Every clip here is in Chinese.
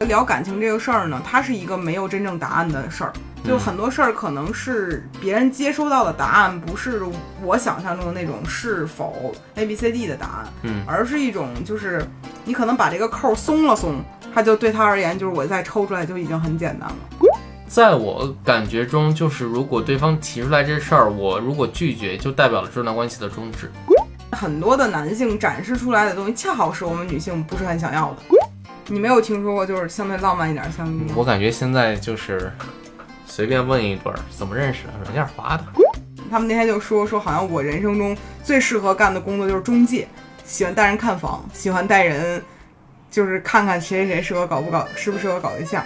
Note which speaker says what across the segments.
Speaker 1: 聊感情这个事儿呢，它是一个没有真正答案的事儿，就很多事儿可能是别人接收到的答案，不是我想象中的那种是否 A B C D 的答案，
Speaker 2: 嗯，
Speaker 1: 而是一种就是你可能把这个扣松了松，它就对他而言就是我再抽出来就已经很简单了。
Speaker 2: 在我感觉中，就是如果对方提出来这事儿，我如果拒绝，就代表了这段关系的终止。
Speaker 1: 很多的男性展示出来的东西，恰好是我们女性不是很想要的。你没有听说过就是相对浪漫一点的相遇吗？
Speaker 2: 我感觉现在就是随便问一对儿怎么认识的，软件滑的。
Speaker 1: 他们那天就说说，好像我人生中最适合干的工作就是中介，喜欢带人看房，喜欢带人，就是看看谁谁谁适合搞不搞，适不适合搞对象。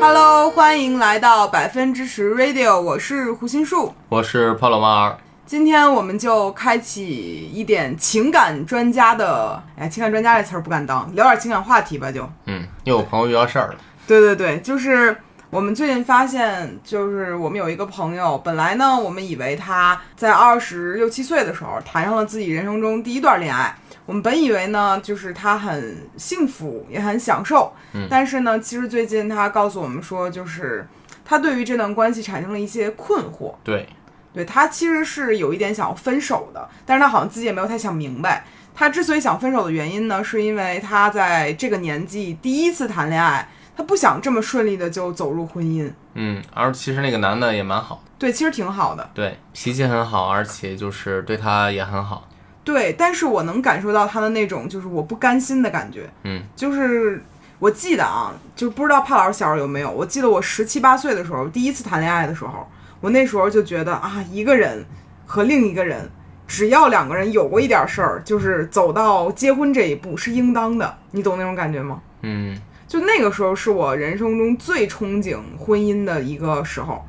Speaker 1: Hello，欢迎来到百分之十 Radio，我是胡心树。
Speaker 2: 我是帕洛马尔，
Speaker 1: 今天我们就开启一点情感专家的，哎，情感专家这词儿不敢当，聊点情感话题吧就。
Speaker 2: 嗯，因为我朋友遇到事儿了，
Speaker 1: 对对对，就是我们最近发现，就是我们有一个朋友，本来呢，我们以为他在二十六七岁的时候谈上了自己人生中第一段恋爱，我们本以为呢，就是他很幸福，也很享受，但是呢，其实最近他告诉我们说，就是他对于这段关系产生了一些困惑，
Speaker 2: 对，
Speaker 1: 对他其实是有一点想要分手的，但是他好像自己也没有太想明白。他之所以想分手的原因呢，是因为他在这个年纪第一次谈恋爱，他不想这么顺利的就走入婚姻。
Speaker 2: 嗯，而其实那个男的也蛮好的，
Speaker 1: 对，其实挺好的。
Speaker 2: 对，脾气很好，而且就是对他也很好，
Speaker 1: 对，但是我能感受到他的那种就是我不甘心的感觉。
Speaker 2: 嗯，
Speaker 1: 就是我记得啊，就不知道帕老师小时候有没有？我记得我十七八岁的时候，第一次谈恋爱的时候，我那时候就觉得啊，一个人和另一个人，只要两个人有过一点事儿，就是走到结婚这一步是应当的，你懂那种感觉吗？
Speaker 2: 嗯，
Speaker 1: 就那个时候是我人生中最憧憬婚姻的一个时候，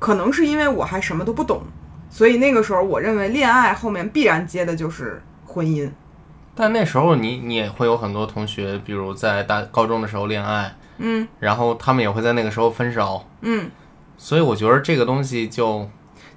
Speaker 1: 可能是因为我还什么都不懂，所以那个时候我认为恋爱后面必然接的就是婚姻。
Speaker 2: 但那时候你你也会有很多同学，比如在大高中的时候恋爱，
Speaker 1: 嗯
Speaker 2: 然后他们也会在那个时候分手，
Speaker 1: 嗯，
Speaker 2: 所以我觉得这个东西就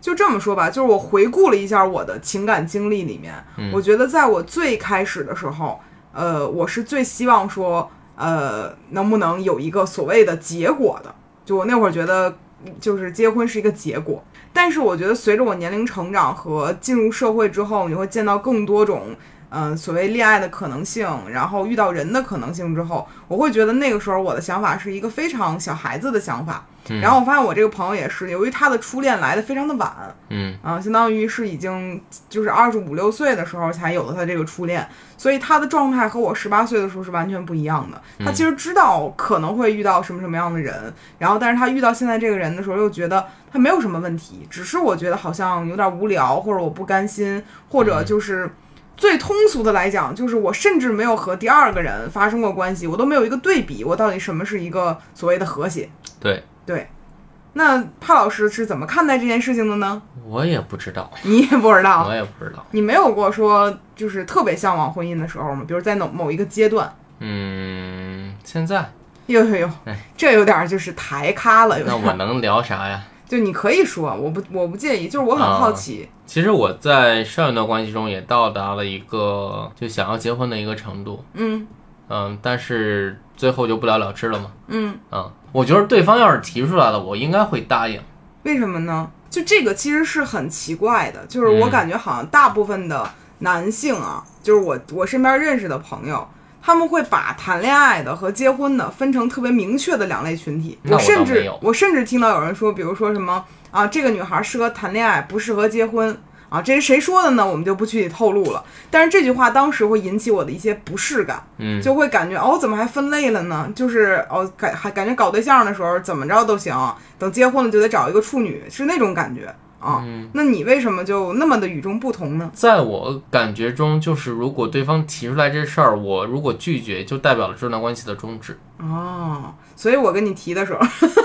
Speaker 1: 就这么说吧，就是我回顾了一下我的情感经历里面，我觉得在我最开始的时候，呃，我是最希望说，呃，能不能有一个所谓的结果的。就我那会儿觉得，就是结婚是一个结果。但是我觉得随着我年龄成长和进入社会之后，你会见到更多种，嗯、所谓恋爱的可能性，然后遇到人的可能性之后，我会觉得那个时候我的想法是一个非常小孩子的想法。然后我发现我这个朋友也是，由于他的初恋来的非常的晚，
Speaker 2: 嗯
Speaker 1: 啊，相当于是已经就是二十五六岁的时候才有了他这个初恋，所以他的状态和我十八岁的时候是完全不一样的。他其实知道可能会遇到什么什么样的人，然后但是他遇到现在这个人的时候，又觉得他没有什么问题，只是我觉得好像有点无聊，或者我不甘心，或者就是。最通俗的来讲，就是我甚至没有和第二个人发生过关系，我都没有一个对比，我到底什么是一个所谓的和谐？
Speaker 2: 对
Speaker 1: 对，那帕老师是怎么看待这件事情的呢？
Speaker 2: 我也不知道，
Speaker 1: 你也不知道，
Speaker 2: 我也不知道。
Speaker 1: 你没有过说就是特别向往婚姻的时候吗？比如在某某一个阶段，
Speaker 2: 嗯，现在
Speaker 1: 呦呦呦
Speaker 2: 哎，
Speaker 1: 这有点就是抬咖了，有
Speaker 2: 那我
Speaker 1: 点。
Speaker 2: 能聊啥呀？
Speaker 1: 就你可以说，我不我不介意，就是我很
Speaker 2: 哦
Speaker 1: 好奇，
Speaker 2: 其实我在上一段关系中也到达了一个就想要结婚的一个程度，
Speaker 1: 嗯
Speaker 2: 嗯，但是最后就不了了之了嘛，
Speaker 1: 嗯，
Speaker 2: 嗯，我觉得对方要是提出来了，我应该会答应，
Speaker 1: 为什么呢？就这个其实是很奇怪的，就是我
Speaker 2: 嗯
Speaker 1: 感觉好像大部分的男性啊，就是我我身边认识的朋友。他们会把谈恋爱的和结婚的分成特别明确的两类群体。
Speaker 2: 那我倒
Speaker 1: 甚
Speaker 2: 没
Speaker 1: 至
Speaker 2: 有
Speaker 1: 我甚至听到有人说，比如说什么啊，这个女孩适合谈恋爱，不适合结婚啊，这是谁说的呢？我们就不具体透露了。但是这句话当时会引起我的一些不适感，
Speaker 2: 嗯
Speaker 1: 就会感觉哦，怎么还分类了呢？就是哦，感还感觉搞对象的时候怎么着都行，等结婚了就得找一个处女，是那种感觉啊。那你为什么就那么的与众不同呢？
Speaker 2: 在我感觉中，就是如果对方提出来这事儿，我如果拒绝，就代表了这段关系的终止。
Speaker 1: 哦，所以我跟你提的时候，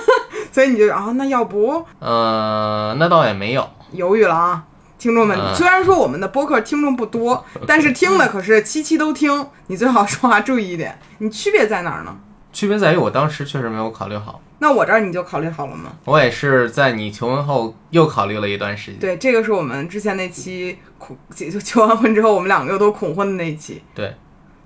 Speaker 1: 所以你就啊，那要不
Speaker 2: 呃，那倒也没有，
Speaker 1: 犹豫了啊。听众们，
Speaker 2: 嗯
Speaker 1: 虽然说我们的播客听众不多，但是听的可是期期都听。你最好说话注意一点。你区别在哪儿呢？
Speaker 2: 区别在于我当时确实没有考虑好，
Speaker 1: 那我这儿你就考虑好了吗？
Speaker 2: 我也是在你求婚后又考虑了一段时间。
Speaker 1: 对，这个是我们之前那期恐就就求完婚之后，我们两个又都恐婚的那一期。
Speaker 2: 对，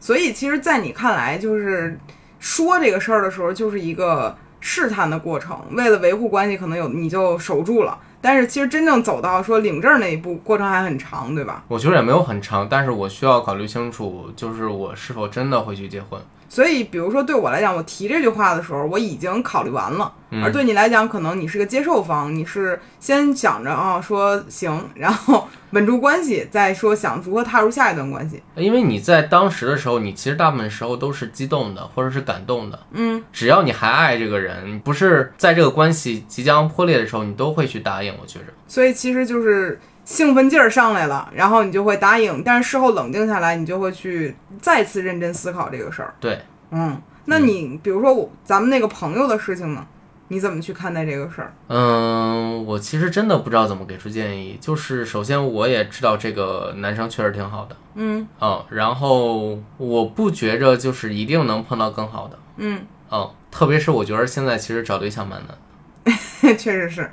Speaker 1: 所以其实，在你看来，就是说这个事儿的时候，就是一个试探的过程。为了维护关系，可能有你就守住了，但是其实真正走到说领证那一步，过程还很长，对吧？
Speaker 2: 我觉得也没有很长，但是我需要考虑清楚，就是我是否真的会去结婚。
Speaker 1: 所以，比如说对我来讲，我提这句话的时候，我已经考虑完了；而对你来讲，可能你是个接受方，你是先想着啊、说行，然后稳住关系，再说想如何踏入下一段关系。
Speaker 2: 因为你在当时的时候，你其实大部分时候都是激动的，或者是感动的。
Speaker 1: 嗯，
Speaker 2: 只要你还爱这个人，不是在这个关系即将破裂的时候，你都会去答应。我觉着，
Speaker 1: 所以其实就是兴奋劲儿上来了，然后你就会答应，但是事后冷静下来，你就会去再次认真思考这个事儿。
Speaker 2: 对，
Speaker 1: 嗯，那你比如说我咱们那个朋友的事情呢，你怎么去看待这个事儿？
Speaker 2: 嗯，我其实真的不知道怎么给出建议。就是首先，我也知道这个男生确实挺好的，
Speaker 1: 嗯
Speaker 2: 嗯，然后我不觉着就是一定能碰到更好的，
Speaker 1: 嗯，
Speaker 2: 嗯，特别是我觉得现在其实找对象蛮难的，
Speaker 1: 确实是，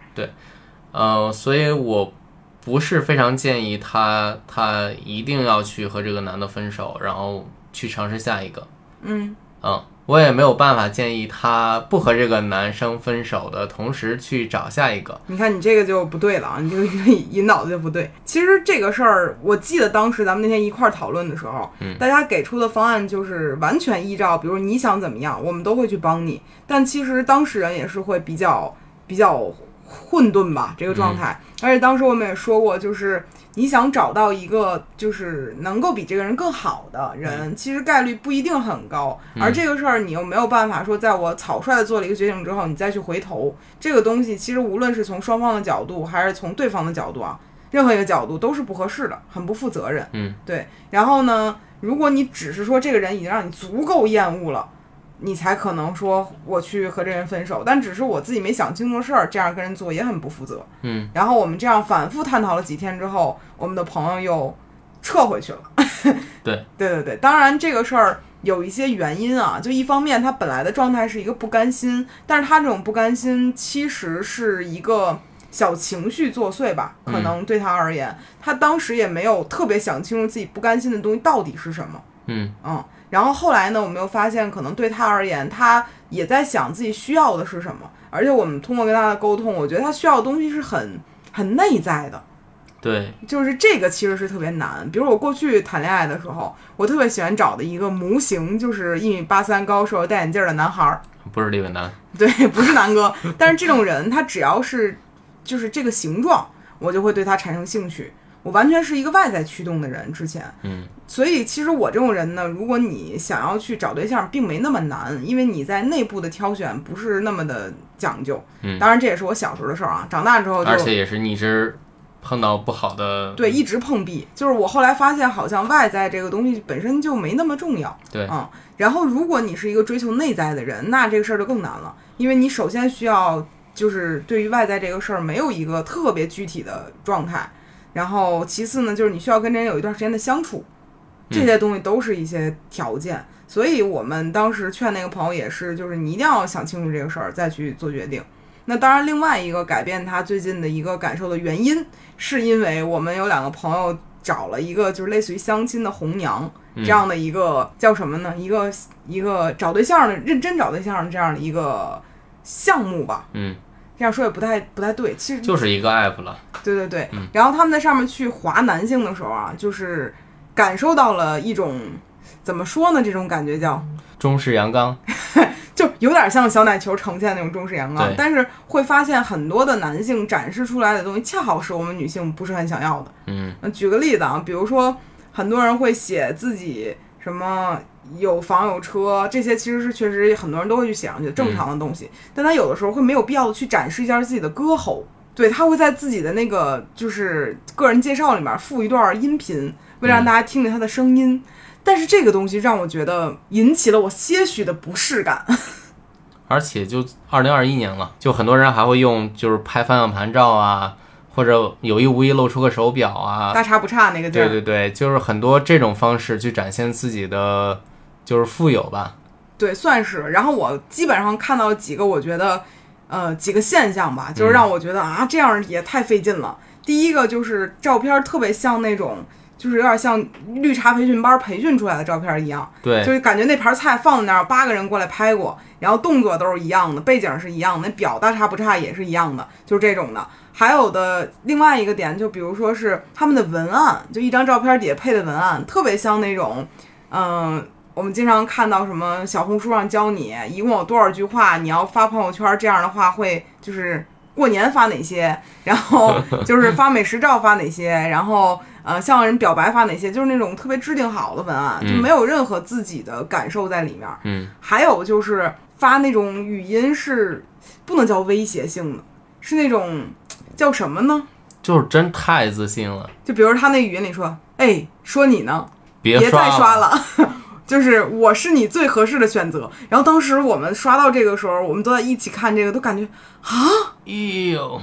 Speaker 2: 呃，所以我不是非常建议他他一定要去和这个男的分手，然后去尝试下一个，
Speaker 1: 嗯
Speaker 2: 嗯，我也没有办法建议他不和这个男生分手的同时去找下一个。
Speaker 1: 你看你这个就不对了啊，你这个引导的就不对。其实这个事儿，我记得当时咱们那天一块儿讨论的时候，
Speaker 2: 嗯
Speaker 1: 大家给出的方案就是完全依照，比如你想怎么样，我们都会去帮你。但其实当事人也是会比较比较混沌吧，这个状态。而且当时我们也说过，就是你想找到一个就是能够比这个人更好的人，其实概率不一定很高。而这个事儿，你又没有办法说，在我草率的做了一个决定之后，你再去回头。这个东西其实无论是从双方的角度，还是从对方的角度啊，任何一个角度都是不合适的，很不负责任。
Speaker 2: 嗯，
Speaker 1: 对。然后呢，如果你只是说这个人已经让你足够厌恶了，你才可能说我去和这人分手。但只是我自己没想清楚事儿，这样跟人做也很不负责。
Speaker 2: 嗯。
Speaker 1: 然后我们这样反复探讨了几天之后，我们的朋友又撤回去了。
Speaker 2: 对
Speaker 1: 对对对，当然这个事儿有一些原因啊，就一方面他本来的状态是一个不甘心，但是他这种不甘心其实是一个小情绪作祟吧，可能对他而言，他当时也没有特别想清楚自己不甘心的东西到底是什么。
Speaker 2: 嗯
Speaker 1: 嗯，然后后来呢，我们又发现，可能对他而言，他也在想自己需要的是什么，而且我们通过跟他的沟通，我觉得他需要的东西是很很内在的，
Speaker 2: 对，
Speaker 1: 就是这个其实是特别难。比如我过去谈恋爱的时候，我特别喜欢找的一个模型就是一米八三高瘦戴眼镜的男孩儿，
Speaker 2: 不是李伟南。
Speaker 1: 对，不是南哥。但是这种人，他只要是就是这个形状，我就会对他产生兴趣。我完全是一个外在驱动的人，之前，
Speaker 2: 嗯，
Speaker 1: 所以其实我这种人呢，如果你想要去找对象，并没那么难，因为你在内部的挑选不是那么的讲究。
Speaker 2: 嗯
Speaker 1: 当然这也是我小时候的事儿啊，长大之后就
Speaker 2: 而且也是你一直碰到不好的。
Speaker 1: 对，一直碰壁。就是我后来发现，好像外在这个东西本身就没那么重要。
Speaker 2: 对
Speaker 1: 嗯。然后，如果你是一个追求内在的人，那这个事儿就更难了，因为你首先需要就是对于外在这个事儿没有一个特别具体的状态，然后其次呢，就是你需要跟这人有一段时间的相处，这些东西都是一些条件。所以我们当时劝那个朋友也是，就是你一定要想清楚这个事儿再去做决定。那当然，另外一个改变他最近的一个感受的原因，是因为我们有两个朋友找了一个就是类似于相亲的红娘这样的一个、叫什么呢？一个一个找对象的认真找对象的这样的一个项目吧。
Speaker 2: 嗯，
Speaker 1: 这样说也不太不太对，其实
Speaker 2: 就是嗯一个 app 了。
Speaker 1: 对对对。然后他们在上面去划男性的时候啊，就是感受到了一种怎么说呢？这种感觉叫
Speaker 2: 中式阳刚。
Speaker 1: 就有点像小奶球呈现那种中式阳刚
Speaker 2: 对，
Speaker 1: 但是会发现很多的男性展示出来的东西，恰好是我们女性不是很想要的。
Speaker 2: 嗯
Speaker 1: 那举个例子啊，比如说很多人会写自己什么有房有车，这些其实是确实很多人都会去写上去的
Speaker 2: 嗯
Speaker 1: 正常的东西，但他有的时候会没有必要的去展示一下自己的歌喉。对他会在自己的那个就是个人介绍里面附一段音频，为
Speaker 2: 嗯
Speaker 1: 了让大家听见他的声音。但是这个东西让我觉得引起了我些许的不适感。
Speaker 2: 而且就二零二一年了，就很多人还会用就是拍方向盘照啊，或者有意无意露出个手表啊。
Speaker 1: 大差不差那个劲
Speaker 2: 对
Speaker 1: 儿。
Speaker 2: 对对，就是很多这种方式去展现自己的就是富有吧。
Speaker 1: 对，算是。然后我基本上看到几个，我觉得，呃，几个现象吧，就是让我觉得、啊，这样也太费劲了。第一个就是照片特别像那种，就是有点像绿茶培训班培训出来的照片一样，
Speaker 2: 对，
Speaker 1: 就是感觉那盘菜放在那儿，八个人过来拍过，然后动作都是一样的，背景是一样的，那表大差不差也是一样的，就是这种的。还有的另外一个点，就比如说是他们的文案，就一张照片底下配的文案，特别像那种，嗯、我们经常看到什么小红书上教你一共有多少句话，你要发朋友圈，这样的话会就是过年发哪些，然后就是发美食照发哪些，然后呃向人表白发哪些，就是那种特别制定好的文案，就没有任何自己的感受在里面。
Speaker 2: 嗯，
Speaker 1: 还有就是发那种语音是不能叫威胁性的，是那种叫什么呢？
Speaker 2: 就是真太自信了，
Speaker 1: 就比如他那语音里说：“哎，说你呢，
Speaker 2: 别
Speaker 1: 别再刷
Speaker 2: 了，
Speaker 1: 了。” 就是我是你最合适的选择。然后当时我们刷到这个时候，我们都在一起看这个，都感觉
Speaker 2: 哎呦，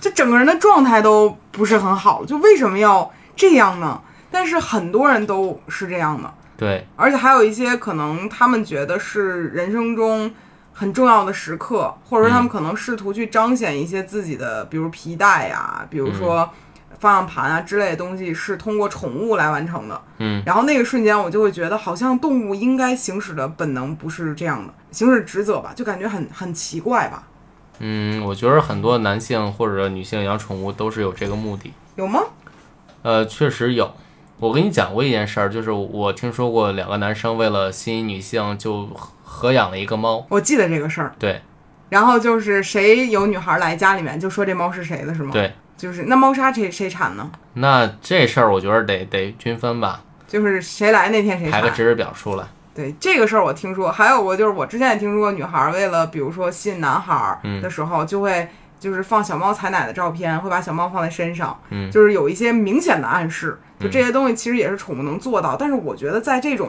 Speaker 1: 就整个人的状态都不是很好，就为什么要这样呢？但是很多人都是这样的，
Speaker 2: 对，
Speaker 1: 而且还有一些可能他们觉得是人生中很重要的时刻，或者说他们可能试图去彰显一些自己的，比如皮带呀、比如说方向盘啊之类的东西，是通过宠物来完成的。
Speaker 2: 嗯，
Speaker 1: 然后那个瞬间我就会觉得，好像动物应该行使的本能不是这样的，行使职责吧，就感觉很很奇怪吧？
Speaker 2: 嗯，我觉得很多男性或者女性养宠物都是有这个目的，
Speaker 1: 有吗？
Speaker 2: 呃，确实有。我跟你讲过一件事儿，就是我听说过两个男生为了吸引女性就合合养了一个猫，
Speaker 1: 我记得这个事儿。
Speaker 2: 对
Speaker 1: 然后就是谁有女孩来家里面，就说这猫是谁的，是吗？
Speaker 2: 对，
Speaker 1: 就是那猫砂谁谁铲呢？
Speaker 2: 那这事儿我觉得得得均分吧，
Speaker 1: 就是谁来那天谁
Speaker 2: 排个
Speaker 1: 铲。
Speaker 2: 值日表出来。
Speaker 1: 对这个事儿我听说，还有我就是我之前也听说过，女孩为了比如说吸引男孩儿
Speaker 2: 嗯
Speaker 1: 的时候，就会就是放小猫采奶的照片，会把小猫放在身上，
Speaker 2: 嗯
Speaker 1: 就是有一些明显的暗示。就
Speaker 2: 嗯
Speaker 1: 这些东西其实也是宠物能做到，但是我觉得在这种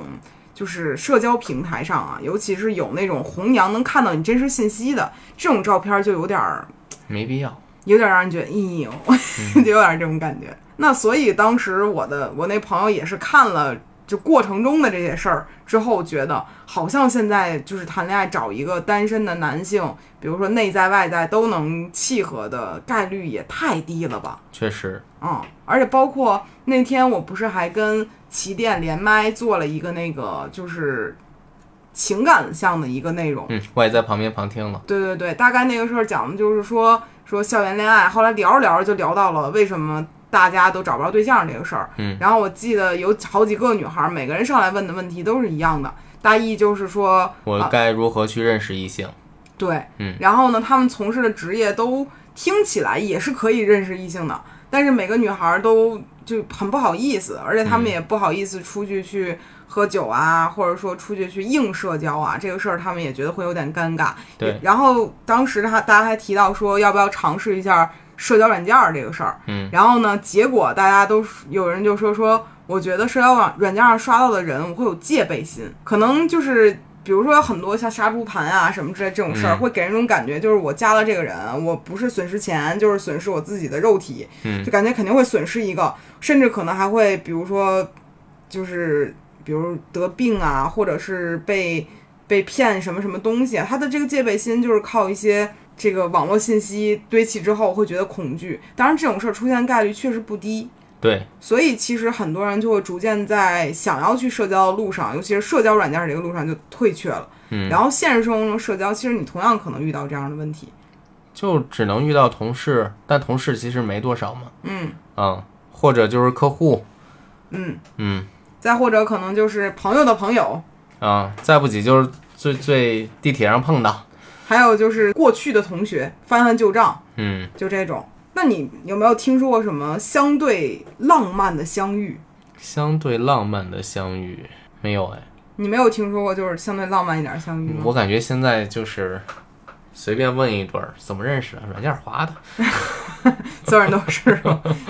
Speaker 1: 就是社交平台上啊，尤其是有那种弘扬能看到你真实信息的这种照片，就有点儿
Speaker 2: 没必要。
Speaker 1: 有点让人觉得，咦呦， 就有点这种感觉。那所以当时我的我那朋友也是看了就过程中的这些事儿之后，觉得好像现在就是谈恋爱找一个单身的男性，比如说内在外在都能契合的概率也太低了吧。
Speaker 2: 确实，
Speaker 1: 嗯，而且包括那天我不是还跟旗店连麦做了一个那个就是情感项的一个内容，
Speaker 2: 嗯，我也在旁边旁听了。
Speaker 1: 对对对，大概那个事儿讲的就是说说校园恋爱，后来聊着聊着就聊到了为什么大家都找不着对象这个事儿。
Speaker 2: 嗯，
Speaker 1: 然后我记得有好几个女孩儿，每个人上来问的问题都是一样的，大意就是说
Speaker 2: 我该如何去认识异性？
Speaker 1: 对，
Speaker 2: 嗯
Speaker 1: 然后呢，她们从事的职业都听起来也是可以认识异性的，但是每个女孩儿都就很不好意思，而且
Speaker 2: 嗯
Speaker 1: 她们也不好意思出去去喝酒啊，或者说出去去硬社交啊，这个事儿她们也觉得会有点尴尬。
Speaker 2: 对，
Speaker 1: 然后当时他大家还提到说要不要尝试一下社交软件儿这个事儿，
Speaker 2: 嗯，
Speaker 1: 然后呢，结果大家都有人就说说，我觉得社交软软件上刷到的人，我会有戒备心，可能就是。比如说有很多像杀猪盘啊什么之类这种事儿，
Speaker 2: 嗯
Speaker 1: 会给人一种感觉，就是我加了这个人，我不是损失钱，就是损失我自己的肉体，
Speaker 2: 嗯
Speaker 1: 就感觉肯定会损失一个，甚至可能还会比如说，就是比如得病啊，或者是被被骗什么什么东西啊，他的这个戒备心就是靠一些这个网络信息堆砌之后会觉得恐惧。当然，这种事儿出现概率确实不低，
Speaker 2: 对，
Speaker 1: 所以其实很多人就会逐渐在想要去社交的路上，尤其是社交软件这个路上就退却了。
Speaker 2: 嗯
Speaker 1: 然后现实生活中社交，其实你同样可能遇到这样的问题。
Speaker 2: 就只能遇到同事，但同事其实没多少嘛。
Speaker 1: 嗯
Speaker 2: 嗯，或者就是客户。
Speaker 1: 嗯，
Speaker 2: 嗯
Speaker 1: 再或者可能就是朋友的朋友，
Speaker 2: 啊，再不济就是最最地铁上碰到。
Speaker 1: 还有就是过去的同学翻翻旧账，
Speaker 2: 嗯，
Speaker 1: 就这种。那你有没有听说过什么相对浪漫的相遇？
Speaker 2: 相对浪漫的相遇没有哎，
Speaker 1: 你没有听说过就是相对浪漫一点的相遇吗？
Speaker 2: 我感觉现在就是随便问一对儿怎么认识的，软件滑的。
Speaker 1: 所有人都是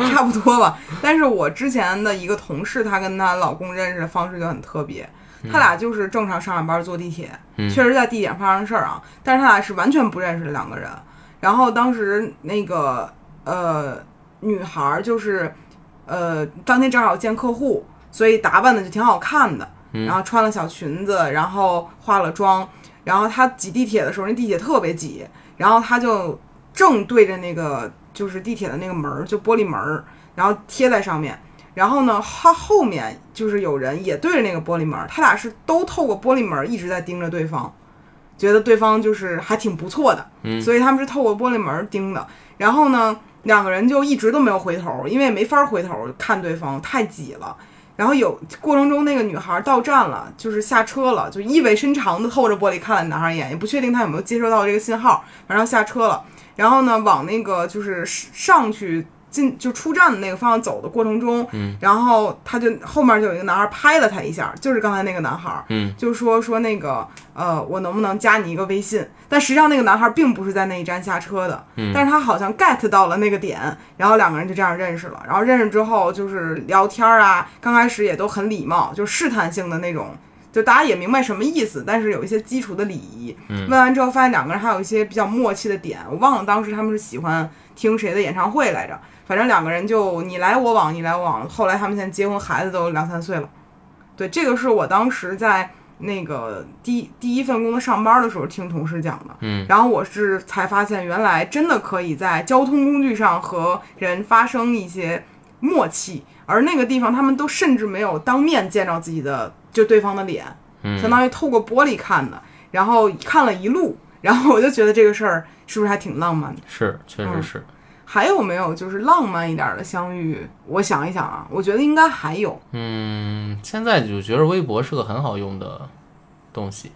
Speaker 1: 差不多吧。但是我之前的一个同事，她跟她老公认识的方式就很特别，他俩就是正常上下班坐地铁，
Speaker 2: 嗯
Speaker 1: 确实在地铁发生事儿啊，但是他俩是完全不认识的两个人。然后当时那个呃女孩儿就是呃当天正好见客户，所以打扮的就挺好看的。然后穿了小裙子，然后化了妆，然后她挤地铁的时候，那地铁特别挤，然后她就正对着那个就是地铁的那个门儿，就玻璃门儿，然后贴在上面。然后呢，她后面就是有人也对着那个玻璃门儿，他俩是都透过玻璃门儿一直在盯着对方，觉得对方就是还挺不错的，所以他们是透过玻璃门儿盯的。然后呢，两个人就一直都没有回头，因为没法回头看对方，太挤了。然后有过程中，那个女孩到站了，就是下车了，就意味深长的透着玻璃看了男孩一眼，也不确定他有没有接收到这个信号，反正下车了。然后呢，往那个就是上去进就出站的那个方向走的过程中，嗯，然后他就后面就有一个男孩拍了他一下，就是刚才那个男孩，
Speaker 2: 嗯，
Speaker 1: 就说说那个呃，我能不能加你一个微信？但实际上那个男孩并不是在那一站下车的，嗯，但是他好像 get 到了那个点，然后两个人就这样认识了。然后认识之后就是聊天啊，刚开始也都很礼貌，就试探性的那种，就大家也明白什么意思，但是有一些基础的礼仪。嗯、问完之后发现两个人还有一些比较默契的点，我忘了当时他们是喜欢听谁的演唱会来着，反正两个人就你来我往，你来我往。后来他们现在结婚，孩子都两三岁了。对，这个是我当时在那个第第一份工作上班的时候听同事讲的，嗯，然后我是才发现原来真的可以在交通工具上和人发生一些默契，而那个地方他们都甚至没有当面见到自己的就对方的脸，相当于透过玻璃看的，然后看了一路，然后我就觉得这个事儿是不是还挺浪漫的？
Speaker 2: 是，嗯确实是。
Speaker 1: 还有没有就是浪漫一点儿的相遇？我想一想啊，我觉得应该还有，
Speaker 2: 嗯，现在就觉得微博是个很好用的东西，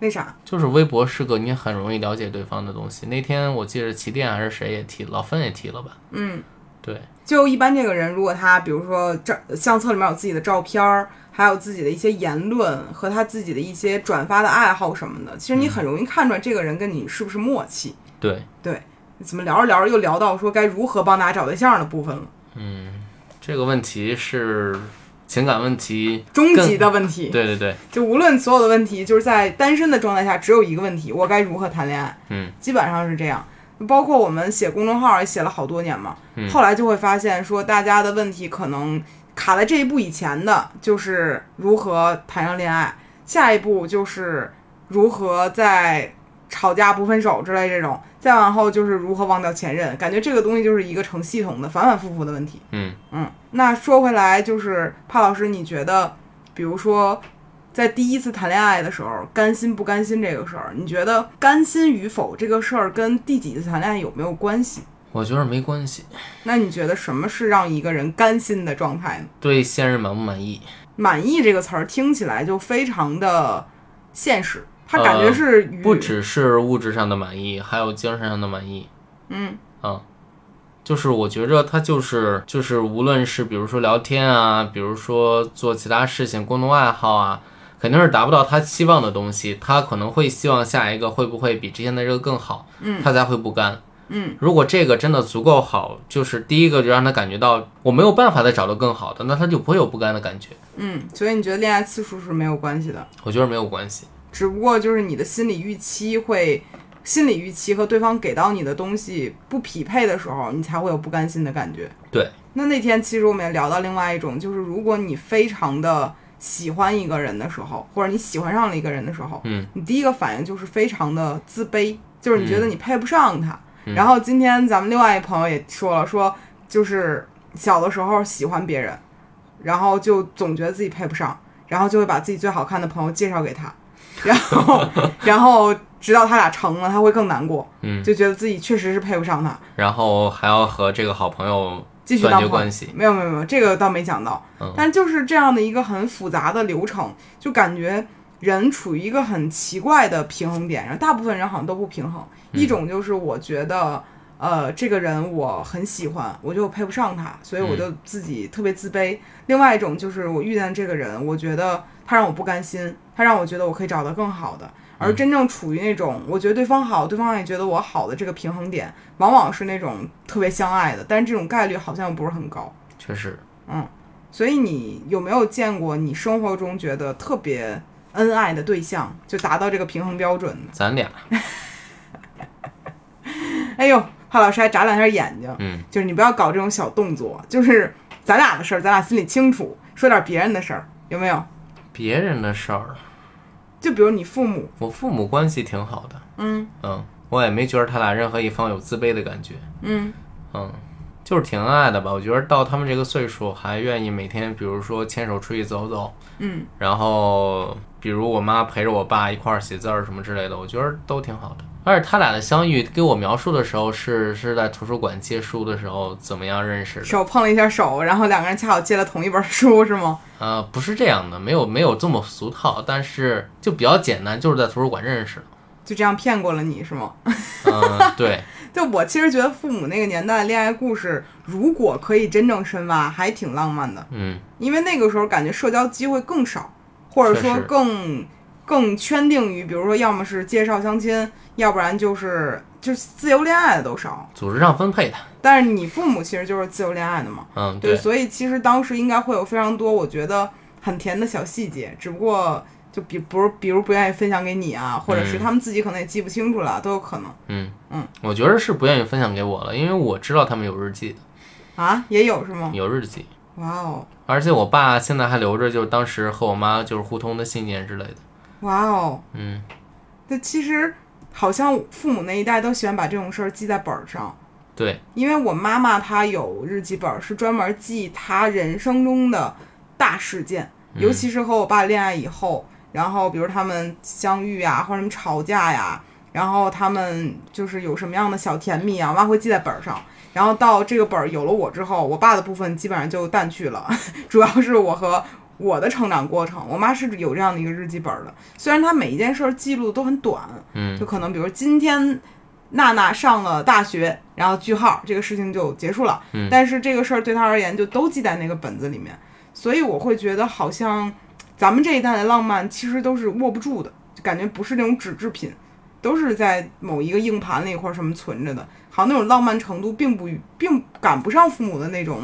Speaker 1: 为啥？
Speaker 2: 就是微博是个你很容易了解对方的东西。那天我记得起点还是谁也提，老芬也提了吧？嗯，对，
Speaker 1: 就一般这个人，如果他比如说照相册里面有自己的照片儿，还有自己的一些言论和他自己的一些转发的爱好什么的，其实你很容易看出来这个人跟你是不是默契。
Speaker 2: 对，
Speaker 1: 对，怎么聊着聊着又聊到说该如何帮大家找对象的部分了，
Speaker 2: 这个问题是情感问题
Speaker 1: 终
Speaker 2: 更
Speaker 1: 极的问题。
Speaker 2: 对对对，
Speaker 1: 就无论所有的问题，就是在单身的状态下，只有一个问题：我该如何谈恋爱？
Speaker 2: 嗯，
Speaker 1: 基本上是这样。包括我们写公众号也写了好多年嘛，后来就会发现说，大家的问题可能卡在这一步以前的，就是如何谈上恋爱；下一步就是如何在吵架不分手之类这种；再往后就是如何忘掉前任。感觉这个东西就是一个成系统的、反反复复的问题。
Speaker 2: 嗯
Speaker 1: 嗯，那说回来，就是帕老师，你觉得，比如说，在第一次谈恋爱的时候，甘心不甘心这个事儿，你觉得甘心与否这个事儿跟第几次谈恋爱有没有关系？
Speaker 2: 我觉得没关系。
Speaker 1: 那你觉得什么是让一个人甘心的状态呢？
Speaker 2: 对现任满不满意？
Speaker 1: 满意这个词儿听起来就非常的现实，它感觉是与、
Speaker 2: 不只是物质上的满意，还有精神上的满意。
Speaker 1: 嗯
Speaker 2: 啊，就是我觉着他就是就是，无论是比如说聊天啊，比如说做其他事情、共同爱好啊，肯定是达不到他期望的东西，他可能会希望下一个会不会比之前的这个更好，嗯，他才会不甘。
Speaker 1: 嗯，
Speaker 2: 如果这个真的足够好，就是第一个就让他感觉到我没有办法再找到更好的，那他就不会有不甘的感觉。
Speaker 1: 嗯，所以你觉得恋爱次数是没有关系的，
Speaker 2: 我觉得没有关系。
Speaker 1: 只不过就是你的心理预期会，心理预期和对方给到你的东西不匹配的时候，你才会有不甘心的感觉。
Speaker 2: 对，
Speaker 1: 那那天其实我们也聊到另外一种，就是如果你非常的喜欢一个人的时候，或者你喜欢上了一个人的时候，
Speaker 2: 嗯，
Speaker 1: 你第一个反应就是非常的自卑，就是你觉得你配不上他。
Speaker 2: 嗯
Speaker 1: 然后今天咱们另外一朋友也说了，说就是小的时候喜欢别人，然后就总觉得自己配不上，然后就会把自己最好看的朋友介绍给他，然后 然后直到他俩成了，他会更难过，
Speaker 2: 嗯
Speaker 1: 就觉得自己确实是配不上他，
Speaker 2: 然后还要和这个好朋友
Speaker 1: 继续
Speaker 2: 断
Speaker 1: 当
Speaker 2: 绝
Speaker 1: 朋友
Speaker 2: 关。系。
Speaker 1: 没有没有没有，这个倒没讲到，
Speaker 2: 嗯
Speaker 1: 但就是这样的一个很复杂的流程，就感觉人处于一个很奇怪的平衡点，然后大部分人好像都不平衡。一种就是我觉得，呃，这个人我很喜欢，我就配不上他，所以我就自己特别自卑；另外一种就是我遇见这个人，我觉得他让我不甘心，他让我觉得我可以找到更好的。而真正处于那种我觉得对方好，对方也觉得我好的这个平衡点，往往是那种特别相爱的，但是这种概率好像不是很高。
Speaker 2: 确实，
Speaker 1: 所以你有没有见过你生活中觉得特别恩爱的对象，就达到这个平衡标准呢？
Speaker 2: 咱俩，
Speaker 1: 哎呦，潘老师还眨两下眼睛，
Speaker 2: 嗯，
Speaker 1: 就是你不要搞这种小动作，就是咱俩的事儿，咱俩心里清楚，说点别人的事儿，有没有？
Speaker 2: 别人的事儿，
Speaker 1: 就比如你父母，
Speaker 2: 我父母关系挺好的，
Speaker 1: 嗯
Speaker 2: 嗯，我也没觉得他俩任何一方有自卑的感觉，
Speaker 1: 嗯
Speaker 2: 嗯，就是挺恩爱的吧。我觉得到他们这个岁数，还愿意每天，比如说牵手出去走走，
Speaker 1: 嗯，
Speaker 2: 然后比如我妈陪着我爸一块儿写字儿什么之类的，我觉得都挺好的。而且他俩的相遇，给我描述的时候是是在图书馆借书的时候怎么样认识的？
Speaker 1: 手碰了一下手，然后两个人恰好借了同一本书，是吗？
Speaker 2: 呃，不是这样的，没有没有这么俗套，但是就比较简单，就是在图书馆认识的。
Speaker 1: 就这样骗过了你是吗？
Speaker 2: 嗯、对，
Speaker 1: 就我其实觉得父母那个年代的恋爱故事，如果可以真正深挖，还挺浪漫的，
Speaker 2: 嗯，
Speaker 1: 因为那个时候感觉社交机会更少，或者
Speaker 2: 确
Speaker 1: 说
Speaker 2: 实
Speaker 1: 更更圈定于，比如说要么是介绍相亲，要不然就是就是自由恋爱的都少。
Speaker 2: 组织上分配的，
Speaker 1: 但是你父母其实就是自由恋爱的嘛，
Speaker 2: 嗯，
Speaker 1: 对，
Speaker 2: 对，
Speaker 1: 所以其实当时应该会有非常多我觉得很甜的小细节，只不过就比不是比如不愿意分享给你啊，或者是
Speaker 2: 嗯
Speaker 1: 他们自己可能也记不清楚了，都有可能
Speaker 2: 嗯
Speaker 1: 嗯，
Speaker 2: 我觉得是不愿意分享给我了，因为我知道他们有日记的，
Speaker 1: 啊，也有是吗？
Speaker 2: 有日记，
Speaker 1: 哇哦，
Speaker 2: 而且我爸现在还留着，就是当时和我妈就是互通的信件之类的，
Speaker 1: 哇哦，
Speaker 2: 嗯，
Speaker 1: 这其实好像父母那一代都喜欢把这种事儿记在本儿上。
Speaker 2: 对，
Speaker 1: 因为我妈妈她有日记本儿，是专门记她人生中的大事件，
Speaker 2: 嗯
Speaker 1: 尤其是和我爸恋爱以后，然后比如他们相遇呀，或者什么吵架呀，然后他们就是有什么样的小甜蜜啊，我妈会记在本儿上。然后到这个本儿有了我之后，我爸的部分基本上就淡去了， 主要是我和我的成长过程。我妈是有这样的一个日记本儿的，虽然她每一件事儿记录都很短，
Speaker 2: 嗯
Speaker 1: 就可能比如今天娜娜上了大学，然后句号，这个事情就结束了。
Speaker 2: 嗯
Speaker 1: 但是这个事儿对她而言就都记在那个本子里面，所以我会觉得好像咱们这一代的浪漫其实都是握不住的，就感觉不是那种纸制品，都是在某一个硬盘里或者什么存着的，好像那种浪漫程度并不并赶不上父母的那种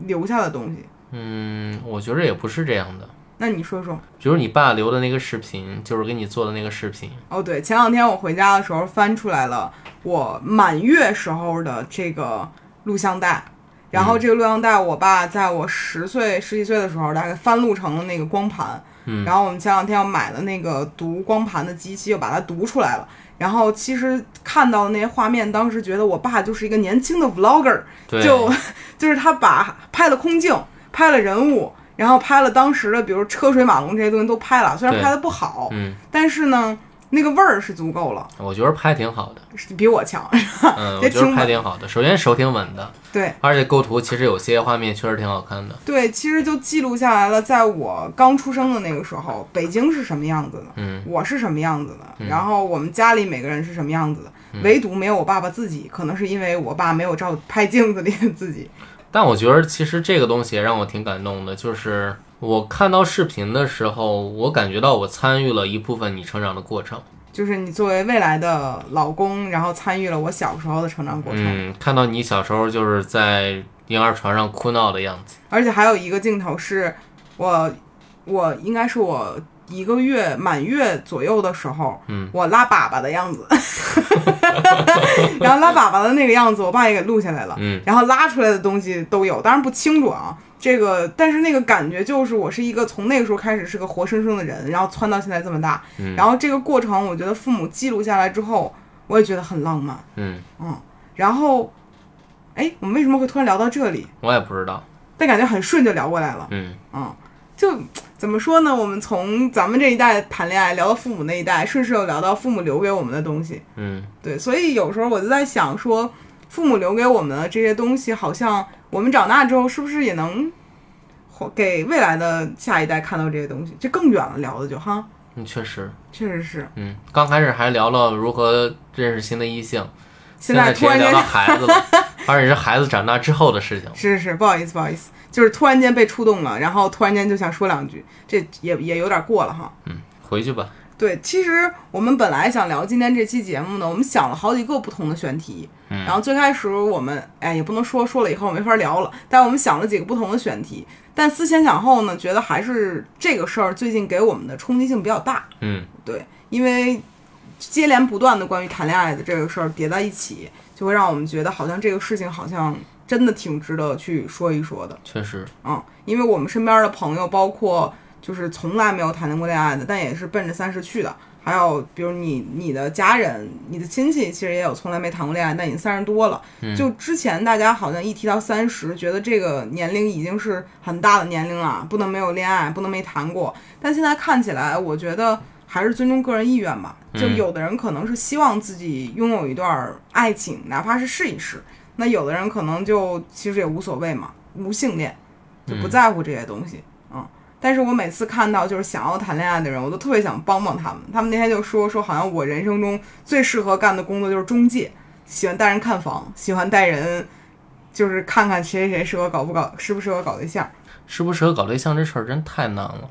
Speaker 1: 留下的东西。
Speaker 2: 嗯，我觉着也不是这样的，
Speaker 1: 那你说说？
Speaker 2: 比如你爸留的那个视频，就是给你做的那个视频，
Speaker 1: 哦，对，前两天我回家的时候翻出来了我满月时候的这个录像带，然后这个录像带我爸在我十岁十几岁的时候大概翻录成了那个光盘，
Speaker 2: 嗯
Speaker 1: 然后我们前两天又买了那个读光盘的机器，又把它读出来了。然后其实看到那些画面，当时觉得我爸就是一个年轻的 vlogger，
Speaker 2: 对，
Speaker 1: 就就是他把拍了空镜，拍了人物，然后拍了当时的比如车水马龙这些东西都拍了，虽然
Speaker 2: 对
Speaker 1: 拍的不好，
Speaker 2: 嗯，
Speaker 1: 但是呢，那个味儿是足够了，
Speaker 2: 我觉得拍 挺好的，
Speaker 1: 是比我强。
Speaker 2: 嗯，我
Speaker 1: 也
Speaker 2: 觉得
Speaker 1: 挺
Speaker 2: 拍
Speaker 1: 稳
Speaker 2: 挺好的，首先手挺稳的，
Speaker 1: 对
Speaker 2: 而且构图其实有些画面确实挺好看的，
Speaker 1: 对，其实就记录下来了，在我刚出生的那个时候，北京是什么样子的，
Speaker 2: 嗯
Speaker 1: 我是什么样子的，然后我们家里每个人是什么样子的，
Speaker 2: 嗯
Speaker 1: 唯独没有我爸爸自己，可能是因为我爸没有照拍镜子里的自己。
Speaker 2: 但我觉得其实这个东西也让我挺感动的，就是我看到视频的时候，我感觉到我参与了一部分你成长的过程。
Speaker 1: 就是你作为未来的老公，然后参与了我小时候的成长过程，
Speaker 2: 嗯，看到你小时候就是在婴儿床上哭闹的样子。
Speaker 1: 而且还有一个镜头是我，我应该是我一个月满月左右的时候，
Speaker 2: 嗯，
Speaker 1: 我拉粑粑的样子， 然后拉粑粑的那个样子，我爸也给录下来了，
Speaker 2: 嗯，
Speaker 1: 然后拉出来的东西都有，当然不清楚啊。这个，但是那个感觉就是，我是一个从那个时候开始是个活生生的人，然后窜到现在这么大，
Speaker 2: 嗯
Speaker 1: 然后这个过程，我觉得父母记录下来之后，我也觉得很浪漫，
Speaker 2: 嗯，
Speaker 1: 嗯。然后，哎，我们为什么会突然聊到这里？
Speaker 2: 我也不知道。
Speaker 1: 但感觉很顺就聊过来了。
Speaker 2: 嗯，
Speaker 1: 嗯，就怎么说呢？我们从咱们这一代谈恋爱聊到父母那一代，顺势又聊到父母留给我们的东西。
Speaker 2: 嗯，
Speaker 1: 对，所以有时候我就在想说，父母留给我们的这些东西，好像我们长大之后是不是也能或给未来的下一代看到这些东西？这更远了聊的就哈，
Speaker 2: 嗯确实。
Speaker 1: 确实是。
Speaker 2: 嗯，刚开始还聊了如何认识新的异性，
Speaker 1: 现
Speaker 2: 现
Speaker 1: 在
Speaker 2: 直
Speaker 1: 突然
Speaker 2: 接聊
Speaker 1: 间
Speaker 2: 到孩子了， 而且是孩子长大之后的事情。
Speaker 1: 是是是，不好意思不好意思，就是突然间被触动了，然后突然间就想说两句，这也也有点过了哈。
Speaker 2: 嗯，回去吧。
Speaker 1: 对，其实我们本来想聊今天这期节目呢，我们想了好几个不同的选题，然后最开始我们哎也不能说说了以后没法聊了，但我们想了几个不同的选题，但思前想后呢，觉得还是这个事儿最近给我们的冲击性比较大，
Speaker 2: 嗯，
Speaker 1: 对，因为接连不断的关于谈恋爱的这个事儿叠在一起，就会让我们觉得好像这个事情好像真的挺值得去说一说的。
Speaker 2: 确实。
Speaker 1: 嗯，因为我们身边的朋友，包括就是从来没有谈过恋爱的，但也是奔着三十去的。还有，比如你、你的家人、你的亲戚，其实也有从来没谈过恋爱，但已经三十多了。就之前大家好像一提到三十，觉得这个年龄已经是很大的年龄了，不能没有恋爱，不能没谈过。但现在看起来，我觉得还是尊重个人意愿吧。就有的人可能是希望自己拥有一段爱情，哪怕是试一试；那有的人可能就其实也无所谓嘛，无性恋，就不在乎这些东西。嗯但是我每次看到就是想要谈恋爱的人，我都特别想帮帮他们。他们那天就说说，好像我人生中最适合干的工作就是中介，喜欢带人看房，喜欢带人就是看看谁谁谁适合搞不搞，适不适合搞对象。
Speaker 2: 适不适合搞对象这事儿真太难了。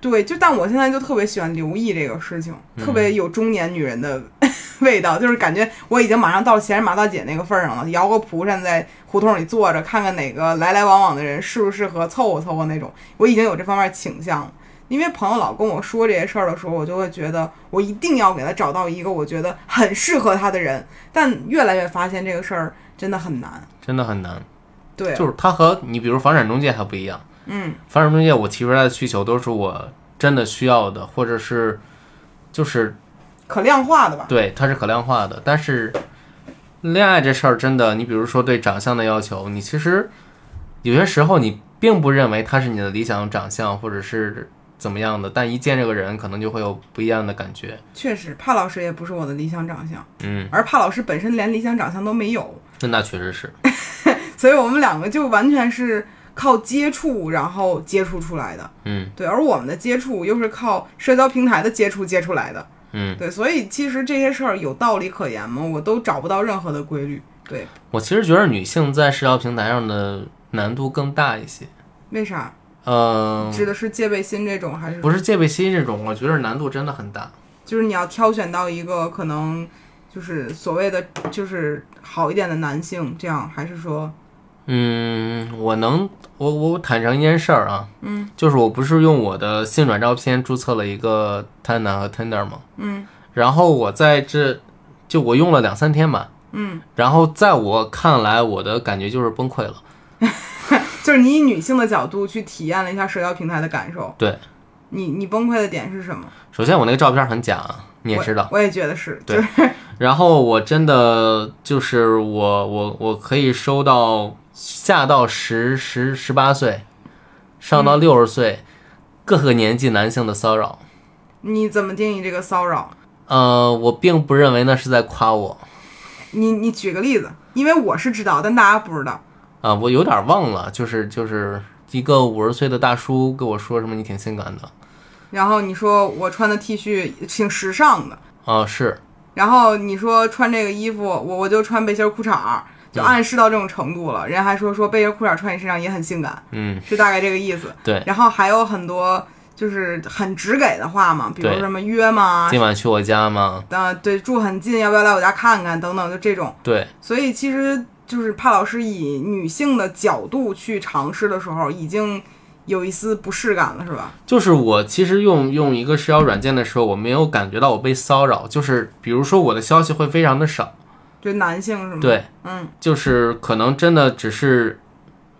Speaker 1: 对，就但我现在就特别喜欢留意这个事情，特别
Speaker 2: 嗯
Speaker 1: 有中年女人的 味道，就是感觉我已经马上到闲人马大姐那个份儿上了，摇个蒲扇在胡同里坐着，看看哪个来来往往的人适不适合凑合凑合那种，我已经有这方面倾向了。因为朋友老跟我说这些事儿的时候，我就会觉得我一定要给他找到一个我觉得很适合他的人，但越来越发现这个事儿真的很难。
Speaker 2: 真的很难。
Speaker 1: 对，
Speaker 2: 就是它和你比如房产中介还不一样。嗯，房产中介我提出来的需求都是我真的需要的，或者是就是
Speaker 1: 可量化的吧。
Speaker 2: 对它是可量化的。但是恋爱这事儿真的，你比如说对长相的要求，你其实有些时候你并不认为他是你的理想长相，或者是怎么样的，但一见这个人，可能就会有不一样的感觉。
Speaker 1: 确实，帕老师也不是我的理想长相，
Speaker 2: 嗯，
Speaker 1: 而帕老师本身连理想长相都没有，
Speaker 2: 那那确实是，
Speaker 1: 所以我们两个就完全是靠接触，然后接触出来的。
Speaker 2: 嗯
Speaker 1: 对，而我们的接触又是靠社交平台的接触接出来的。
Speaker 2: 嗯。
Speaker 1: 对，所以其实这些事儿有道理可言吗？我都找不到任何的规律。对，
Speaker 2: 我其实觉得女性在社交平台上的难度更大一些。
Speaker 1: 为啥？
Speaker 2: 嗯、
Speaker 1: 指的是戒备心这种，还是
Speaker 2: 不是戒备心这种，我觉得难度真的很大。
Speaker 1: 就是你要挑选到一个可能就是所谓的就是好一点的男性，这样还是说
Speaker 2: 嗯，我能，我我坦诚一件事儿啊，嗯，就是我不是用我的性转照片注册了一个 Tana 和 Tinder 吗？嗯，然后我在这就我用了两三天吧，嗯，然后在我看来，我的感觉就是崩溃了。
Speaker 1: 就是你以女性的角度去体验了一下社交平台的感受？
Speaker 2: 对，
Speaker 1: 你你崩溃的点是什么？
Speaker 2: 首先我那个照片很假啊，你也
Speaker 1: 我
Speaker 2: 知道，
Speaker 1: 我也觉得是，
Speaker 2: 对
Speaker 1: 就是
Speaker 2: 然后我真的就是我我我可以收到下到十十十八岁，上到六十岁，各个年纪男性的骚扰。
Speaker 1: 你怎么定义这个骚扰？
Speaker 2: 呃，我并不认为那是在夸我
Speaker 1: 你你举个例子，因为我是知道，但大家不知道。
Speaker 2: 啊、我有点忘了，就是就是一个五十岁的大叔跟我说什么你挺性感的
Speaker 1: 然后你说我穿的 T 恤挺时尚的，
Speaker 2: 啊、是
Speaker 1: 然后你说穿这个衣服，我我就穿背心儿裤衩儿，就暗示到这种程度了。人还说说背心儿裤衩儿穿你身上也很性感，
Speaker 2: 嗯
Speaker 1: 是大概这个意思。
Speaker 2: 对，
Speaker 1: 然后还有很多就是很直给的话嘛，比如
Speaker 2: 对
Speaker 1: 什么约吗？
Speaker 2: 今晚去我家吗？
Speaker 1: 呃，对，住很近，要不要来我家看看？等等，就这种。
Speaker 2: 对，
Speaker 1: 所以其实就是帕老师以女性的角度去尝试的时候，已经有一丝不适感了，是吧？
Speaker 2: 就是我其实用用一个社交软件的时候，我没有感觉到我被骚扰，就是比如说我的消息会非常的少。
Speaker 1: 对男性是吗？，
Speaker 2: 对，
Speaker 1: 嗯，
Speaker 2: 就是可能真的只是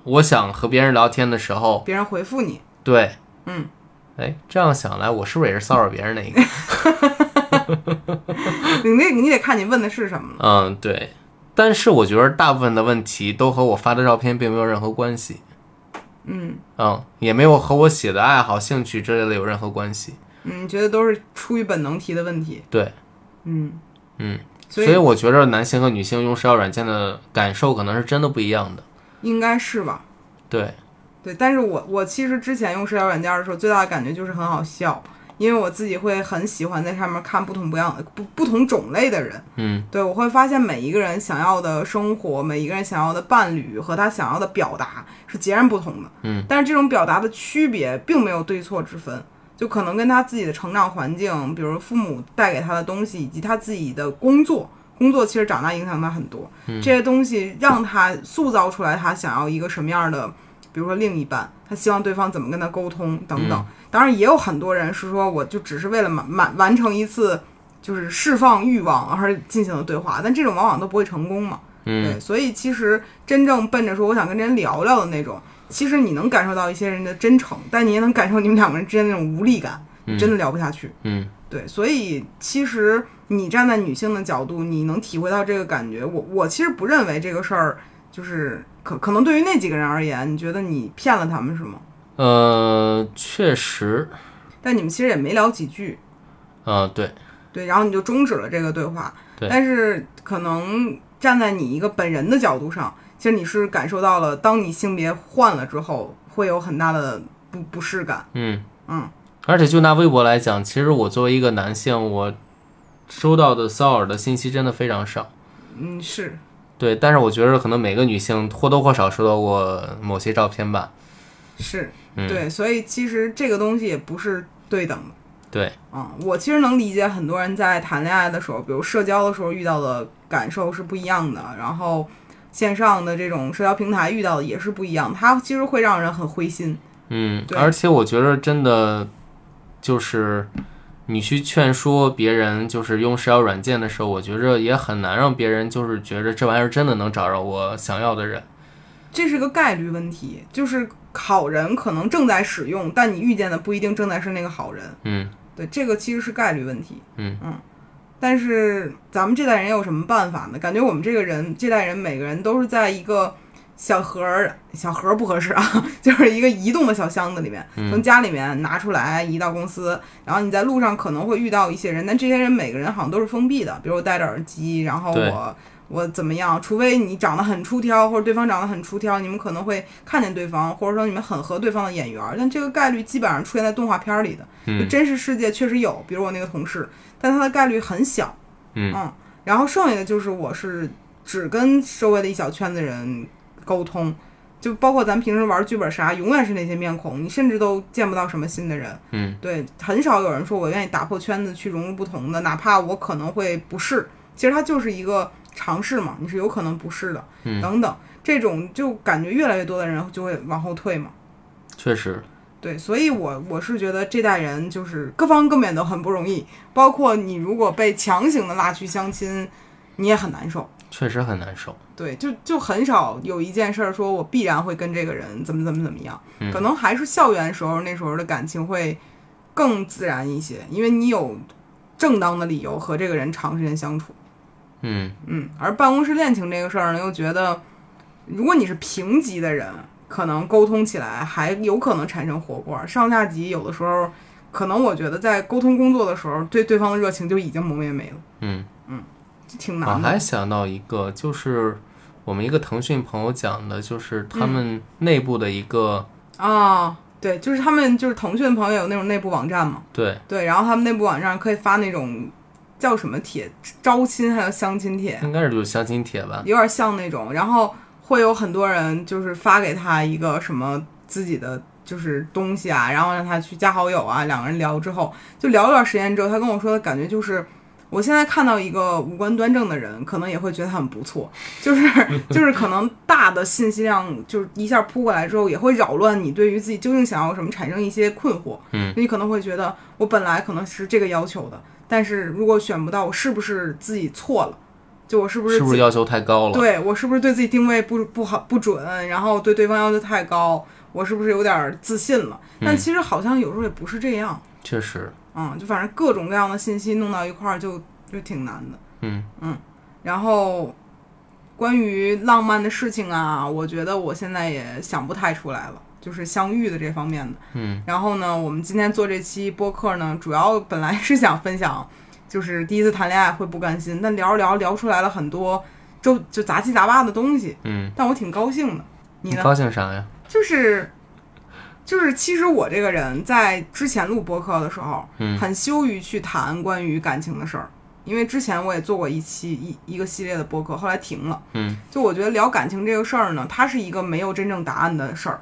Speaker 2: 我想和别人聊天的时候，
Speaker 1: 别人回复你，
Speaker 2: 对，
Speaker 1: 嗯，
Speaker 2: 哎，这样想来，我是不是也是骚扰别人那 一个？
Speaker 1: 你那你得看你问的是什么了。
Speaker 2: 嗯，对。但是我觉得大部分的问题都和我发的照片并没有任何关系，
Speaker 1: 嗯
Speaker 2: 嗯，也没有和我写的爱好、兴趣之类的有任何关系。
Speaker 1: 嗯，觉得都是出于本能提的问题。
Speaker 2: 对，
Speaker 1: 嗯
Speaker 2: 嗯，
Speaker 1: 所
Speaker 2: 所
Speaker 1: 以
Speaker 2: 以我觉得男性和女性用社交软件的感受可能是真的不一样的。
Speaker 1: 应该是吧？
Speaker 2: 对，
Speaker 1: 对，但是我我其实之前用社交软件的时候，最大的感觉就是很好笑，因为我自己会很喜欢在上面看不同不样的不不同种类的人。
Speaker 2: 嗯，
Speaker 1: 对，我会发现每一个人想要的生活，每一个人想要的伴侣和他想要的表达是截然不同的。
Speaker 2: 嗯，
Speaker 1: 但是这种表达的区别并没有对错之分，就可能跟他自己的成长环境，比如父母带给他的东西，以及他自己的工作。工作其实长大影响他很多，
Speaker 2: 嗯
Speaker 1: 这些东西让他塑造出来他想要一个什么样的，比如说另一半，他希望对方怎么跟他沟通等
Speaker 2: 嗯
Speaker 1: 等。当然，也有很多人是说，我就只是为了满满完成一次就是释放欲望而进行的对话，但这种往往都不会成功嘛。
Speaker 2: 嗯
Speaker 1: 对，所以其实真正奔着说我想跟人聊聊的那种，其实你能感受到一些人的真诚，但你也能感受你们两个人之间那种无力感，
Speaker 2: 嗯
Speaker 1: 真的聊不下去。
Speaker 2: 嗯
Speaker 1: 对，所以其实你站在女性的角度，你能体会到这个感觉。我我其实不认为这个事儿就是可可能对于那几个人而言，你觉得你骗了他们是吗？
Speaker 2: 呃，确实，
Speaker 1: 但你们其实也没聊几句，
Speaker 2: 呃，对，
Speaker 1: 对，然后你就终止了这个对话。
Speaker 2: 对
Speaker 1: 但是可能站在你一个本人的角度上，其实你是感受到了，当你性别换了之后，会有很大的不不适感。
Speaker 2: 嗯
Speaker 1: 嗯，
Speaker 2: 而且就拿微博来讲，其实我作为一个男性，我收到的骚扰的信息真的非常少。
Speaker 1: 嗯，是，
Speaker 2: 对，但是我觉得可能每个女性或多或少收到过某些照片吧。
Speaker 1: 是，
Speaker 2: 嗯
Speaker 1: 对，所以其实这个东西也不是对等的。
Speaker 2: 对，
Speaker 1: 嗯，我其实能理解很多人在谈恋爱的时候，比如社交的时候遇到的感受是不一样的，然后线上的这种社交平台遇到的也是不一样，它其实会让人很灰心。
Speaker 2: 嗯，
Speaker 1: 对
Speaker 2: 而且我觉得真的就是你去劝说别人，就是用社交软件的时候，我觉着也很难让别人就是觉着这玩意儿真的能找着我想要的人。
Speaker 1: 这是个概率问题，就是好人可能正在使用，但你遇见的不一定正在是那个好人。
Speaker 2: 嗯
Speaker 1: 对，这个其实是概率问题。
Speaker 2: 嗯
Speaker 1: 但是咱们这代人有什么办法呢？感觉我们这个人这代人每个人都是在一个小盒儿，小盒儿不合适啊， 就是一个移动的小箱子里面，
Speaker 2: 嗯
Speaker 1: 从家里面拿出来移到公司，然后你在路上可能会遇到一些人，但这些人每个人好像都是封闭的，比如我戴着耳机，然后
Speaker 2: 对
Speaker 1: 我。我怎么样？除非你长得很出挑，或者对方长得很出挑，你们可能会看见对方，或者说你们很合对方的眼缘儿。但这个概率基本上出现在动画片儿里的，就
Speaker 2: 嗯
Speaker 1: 真实世界确实有，比如我那个同事，但它的概率很小。
Speaker 2: 嗯
Speaker 1: 然后剩下的就是我是只跟周围的一小圈子人沟通，就包括咱平时玩剧本杀，永远是那些面孔，你甚至都见不到什么新的人。
Speaker 2: 嗯
Speaker 1: 对，很少有人说我愿意打破圈子去融入不同的，哪怕我可能会不适，其实它就是一个尝试嘛，你是有可能不适的，
Speaker 2: 嗯
Speaker 1: 等等，这种就感觉越来越多的人就会往后退嘛。
Speaker 2: 确实，
Speaker 1: 对，所以我我是觉得这代人就是各方各面都很不容易，包括你如果被强行的拉去相亲，你也很难受。
Speaker 2: 确实很难受。
Speaker 1: 对，就就很少有一件事儿说我必然会跟这个人怎么怎么怎么样，
Speaker 2: 嗯
Speaker 1: 可能还是校园时候那时候的感情会更自然一些，因为你有正当的理由和这个人长时间相处。
Speaker 2: 嗯
Speaker 1: 嗯，而办公室恋情这个事儿呢，又觉得如果你是平级的人，可能沟通起来还有可能产生火锅。上下级有的时候，可能我觉得在沟通工作的时候，对对方的热情就已经磨灭没了，
Speaker 2: 嗯。
Speaker 1: 就挺
Speaker 2: 我
Speaker 1: 难的。
Speaker 2: 还想到一个，就是我们一个腾讯朋友讲的，就是他们内部的一个、
Speaker 1: 啊，对，就是他们就是腾讯朋友有那种内部网站嘛，
Speaker 2: 对，
Speaker 1: 对，然后他们内部网站可以发那种叫什么帖，招亲还有相亲帖，
Speaker 2: 应该是就是相亲帖吧。
Speaker 1: 有点像那种，然后会有很多人就是发给他一个什么自己的就是东西啊，然后让他去加好友啊，两个人聊之后就聊一段时间之后，他跟我说的感觉就是。我现在看到一个五官端正的人，可能也会觉得他很不 错，就是就是可能大的信息量就是一下扑过来之后，也会扰乱你对于自己究竟想要什么产生一些困惑。
Speaker 2: 嗯，
Speaker 1: 你可能会觉得我本来可能是这个要求的，但是如果选不到，我是不是自己错了？就我是不是
Speaker 2: 是
Speaker 1: 自
Speaker 2: 不
Speaker 1: 己
Speaker 2: 是要求太高了？
Speaker 1: 对我是不是对自己定位不不好不准，然后对对方要求太高，我是不是有点儿自信了？
Speaker 2: 嗯
Speaker 1: 但其实好像有时候也不是这样，
Speaker 2: 确实，
Speaker 1: 嗯，就反正各种各样的信息弄到一块儿就就挺难的。
Speaker 2: 嗯
Speaker 1: 然后关于浪漫的事情啊，我觉得我现在也想不太出来了。就是相遇的这方面的，
Speaker 2: 嗯，
Speaker 1: 然后呢，我们今天做这期播客呢，主要本来是想分享，就是第一次谈恋爱会不甘心，但聊着聊聊出来了很多就就杂七杂八的东西，
Speaker 2: 嗯，
Speaker 1: 但我挺高兴的。你
Speaker 2: 你
Speaker 1: 呢？
Speaker 2: 高兴啥呀？
Speaker 1: 就是就是，其实我这个人在之前录播客的时候，
Speaker 2: 嗯
Speaker 1: 很羞于去谈关于感情的事儿，因为之前我也做过一期一一个系列的播客，后来停了。
Speaker 2: 嗯，
Speaker 1: 就我觉得聊感情这个事儿呢，它是一个没有真正答案的事儿。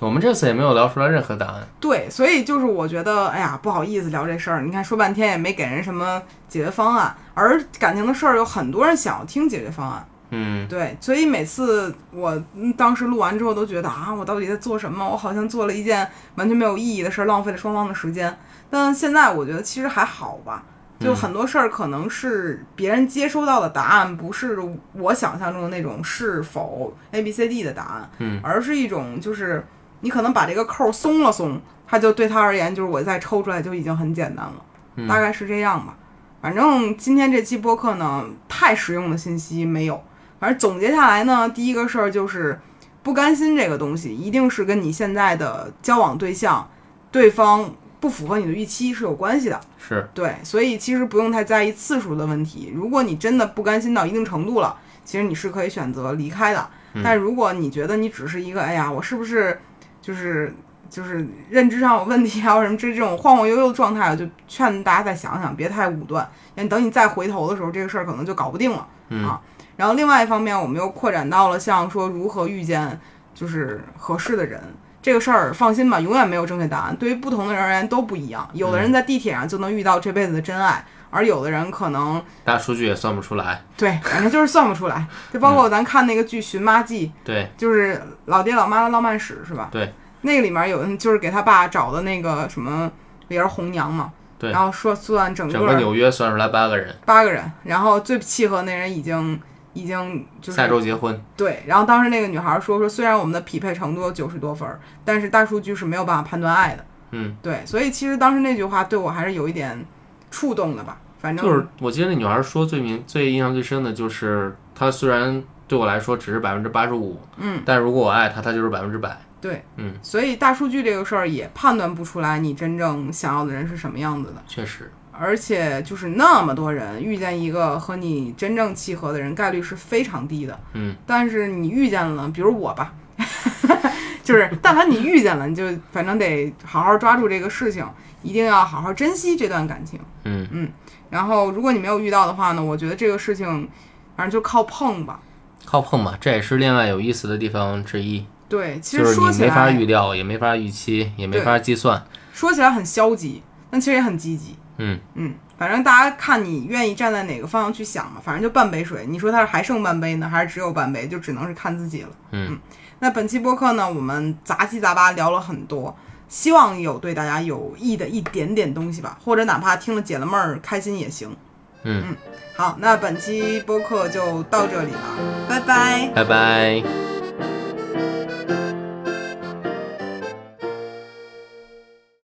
Speaker 2: 我们这次也没有聊出来任何答案。
Speaker 1: 对，所以就是我觉得，哎呀，不好意思聊这事儿。你看，说半天也没给人什么解决方案，而感情的事儿有很多人想要听解决方案。
Speaker 2: 嗯
Speaker 1: 对，所以每次我嗯当时录完之后都觉得啊，我到底在做什么？我好像做了一件完全没有意义的事儿，浪费了双方的时间。但现在我觉得其实还好吧，
Speaker 2: 嗯
Speaker 1: 就很多事儿可能是别人接收到的答案，不是我想象中的那种是否 A B C D 的答案，
Speaker 2: 嗯，
Speaker 1: 而是一种就是你可能把这个扣松了松，他就对他而言就是我再抽出来就已经很简单了，
Speaker 2: 嗯
Speaker 1: 大概是这样吧。反正今天这期播客呢，太实用的信息没有。反正总结下来呢，第一个事儿就是不甘心这个东西，一定是跟你现在的交往对象对方不符合你的预期是有关系的。
Speaker 2: 是
Speaker 1: 对，所以其实不用太在意次数的问题。如果你真的不甘心到一定程度了，其实你是可以选择离开的。但如果你觉得你只是一个，哎呀，我是不是就是就是认知上有问题啊，或者什么这这种晃晃悠悠的状态，我啊就劝大家再想想，别太武断。因为等你再回头的时候，这个事儿可能就搞不定了、啊。然后另外一方面，我们又扩展到了像说如何遇见就是合适的人。这个事儿放心吧，永远没有正确答案。对于不同的人而言都不一样，有
Speaker 2: 嗯
Speaker 1: 的人在地铁上就能遇到这辈子的真爱，而有的人可能
Speaker 2: 大数据也算不出来。
Speaker 1: 对，反正就是算不出来。就包
Speaker 2: 嗯
Speaker 1: 括咱看那个剧《寻妈记》，
Speaker 2: 对，
Speaker 1: 就是老爹老妈的浪漫史是吧？
Speaker 2: 对，
Speaker 1: 那个里面有就是给他爸找的那个什么也是红娘嘛，
Speaker 2: 对
Speaker 1: 然后说算整
Speaker 2: 整个
Speaker 1: 个
Speaker 2: 纽约算出来八个人，
Speaker 1: 八个人，然后最契合那人已经已经就是
Speaker 2: 下周结婚。
Speaker 1: 对，然后当时那个女孩说说，虽然我们的匹配程度有九十多分儿，但是大数据是没有办法判断爱的。
Speaker 2: 嗯，
Speaker 1: 对，所以其实当时那句话对我还是有一点触动的吧。反正
Speaker 2: 就是我记得那女孩说最明最印象最深的就是，她虽然对我来说只是百分之八十五，
Speaker 1: 嗯，
Speaker 2: 但如果我爱她，她就是百分之百。
Speaker 1: 对，
Speaker 2: 嗯，
Speaker 1: 所以大数据这个事儿也判断不出来你真正想要的人是什么样子的。
Speaker 2: 确实，
Speaker 1: 而且就是那么多人遇见一个和你真正契合的人，概率是非常低的。
Speaker 2: 嗯，
Speaker 1: 但是你遇见了，比如我吧， 就是但凡你遇见了，你就反正得好好抓住这个事情，一定要好好珍惜这段感情。
Speaker 2: 嗯
Speaker 1: 然后，如果你没有遇到的话呢，我觉得这个事情，反正就靠碰吧。
Speaker 2: 靠碰吧，这也是恋爱有意思的地方之一，
Speaker 1: 对，其
Speaker 2: 就
Speaker 1: 实
Speaker 2: 是
Speaker 1: 说
Speaker 2: 你
Speaker 1: 起
Speaker 2: 没法
Speaker 1: 来
Speaker 2: 预料，也没法预期，也没法计算。
Speaker 1: 说起来很消极，但其实也很积极。
Speaker 2: 嗯
Speaker 1: 嗯，反正大家看你愿意站在哪个方向去想嘛，反正就半杯水。你说它是还剩半杯呢，还是只有半杯，就只能是看自己了。
Speaker 2: 嗯
Speaker 1: 那本期播客呢，我们杂七杂八聊了很多，希望有对大家有益的一点点东西吧，或者哪怕听了解了闷儿，开心也行。
Speaker 2: 嗯，
Speaker 1: 好，那本期播客就到这里了，拜拜。
Speaker 2: 拜拜。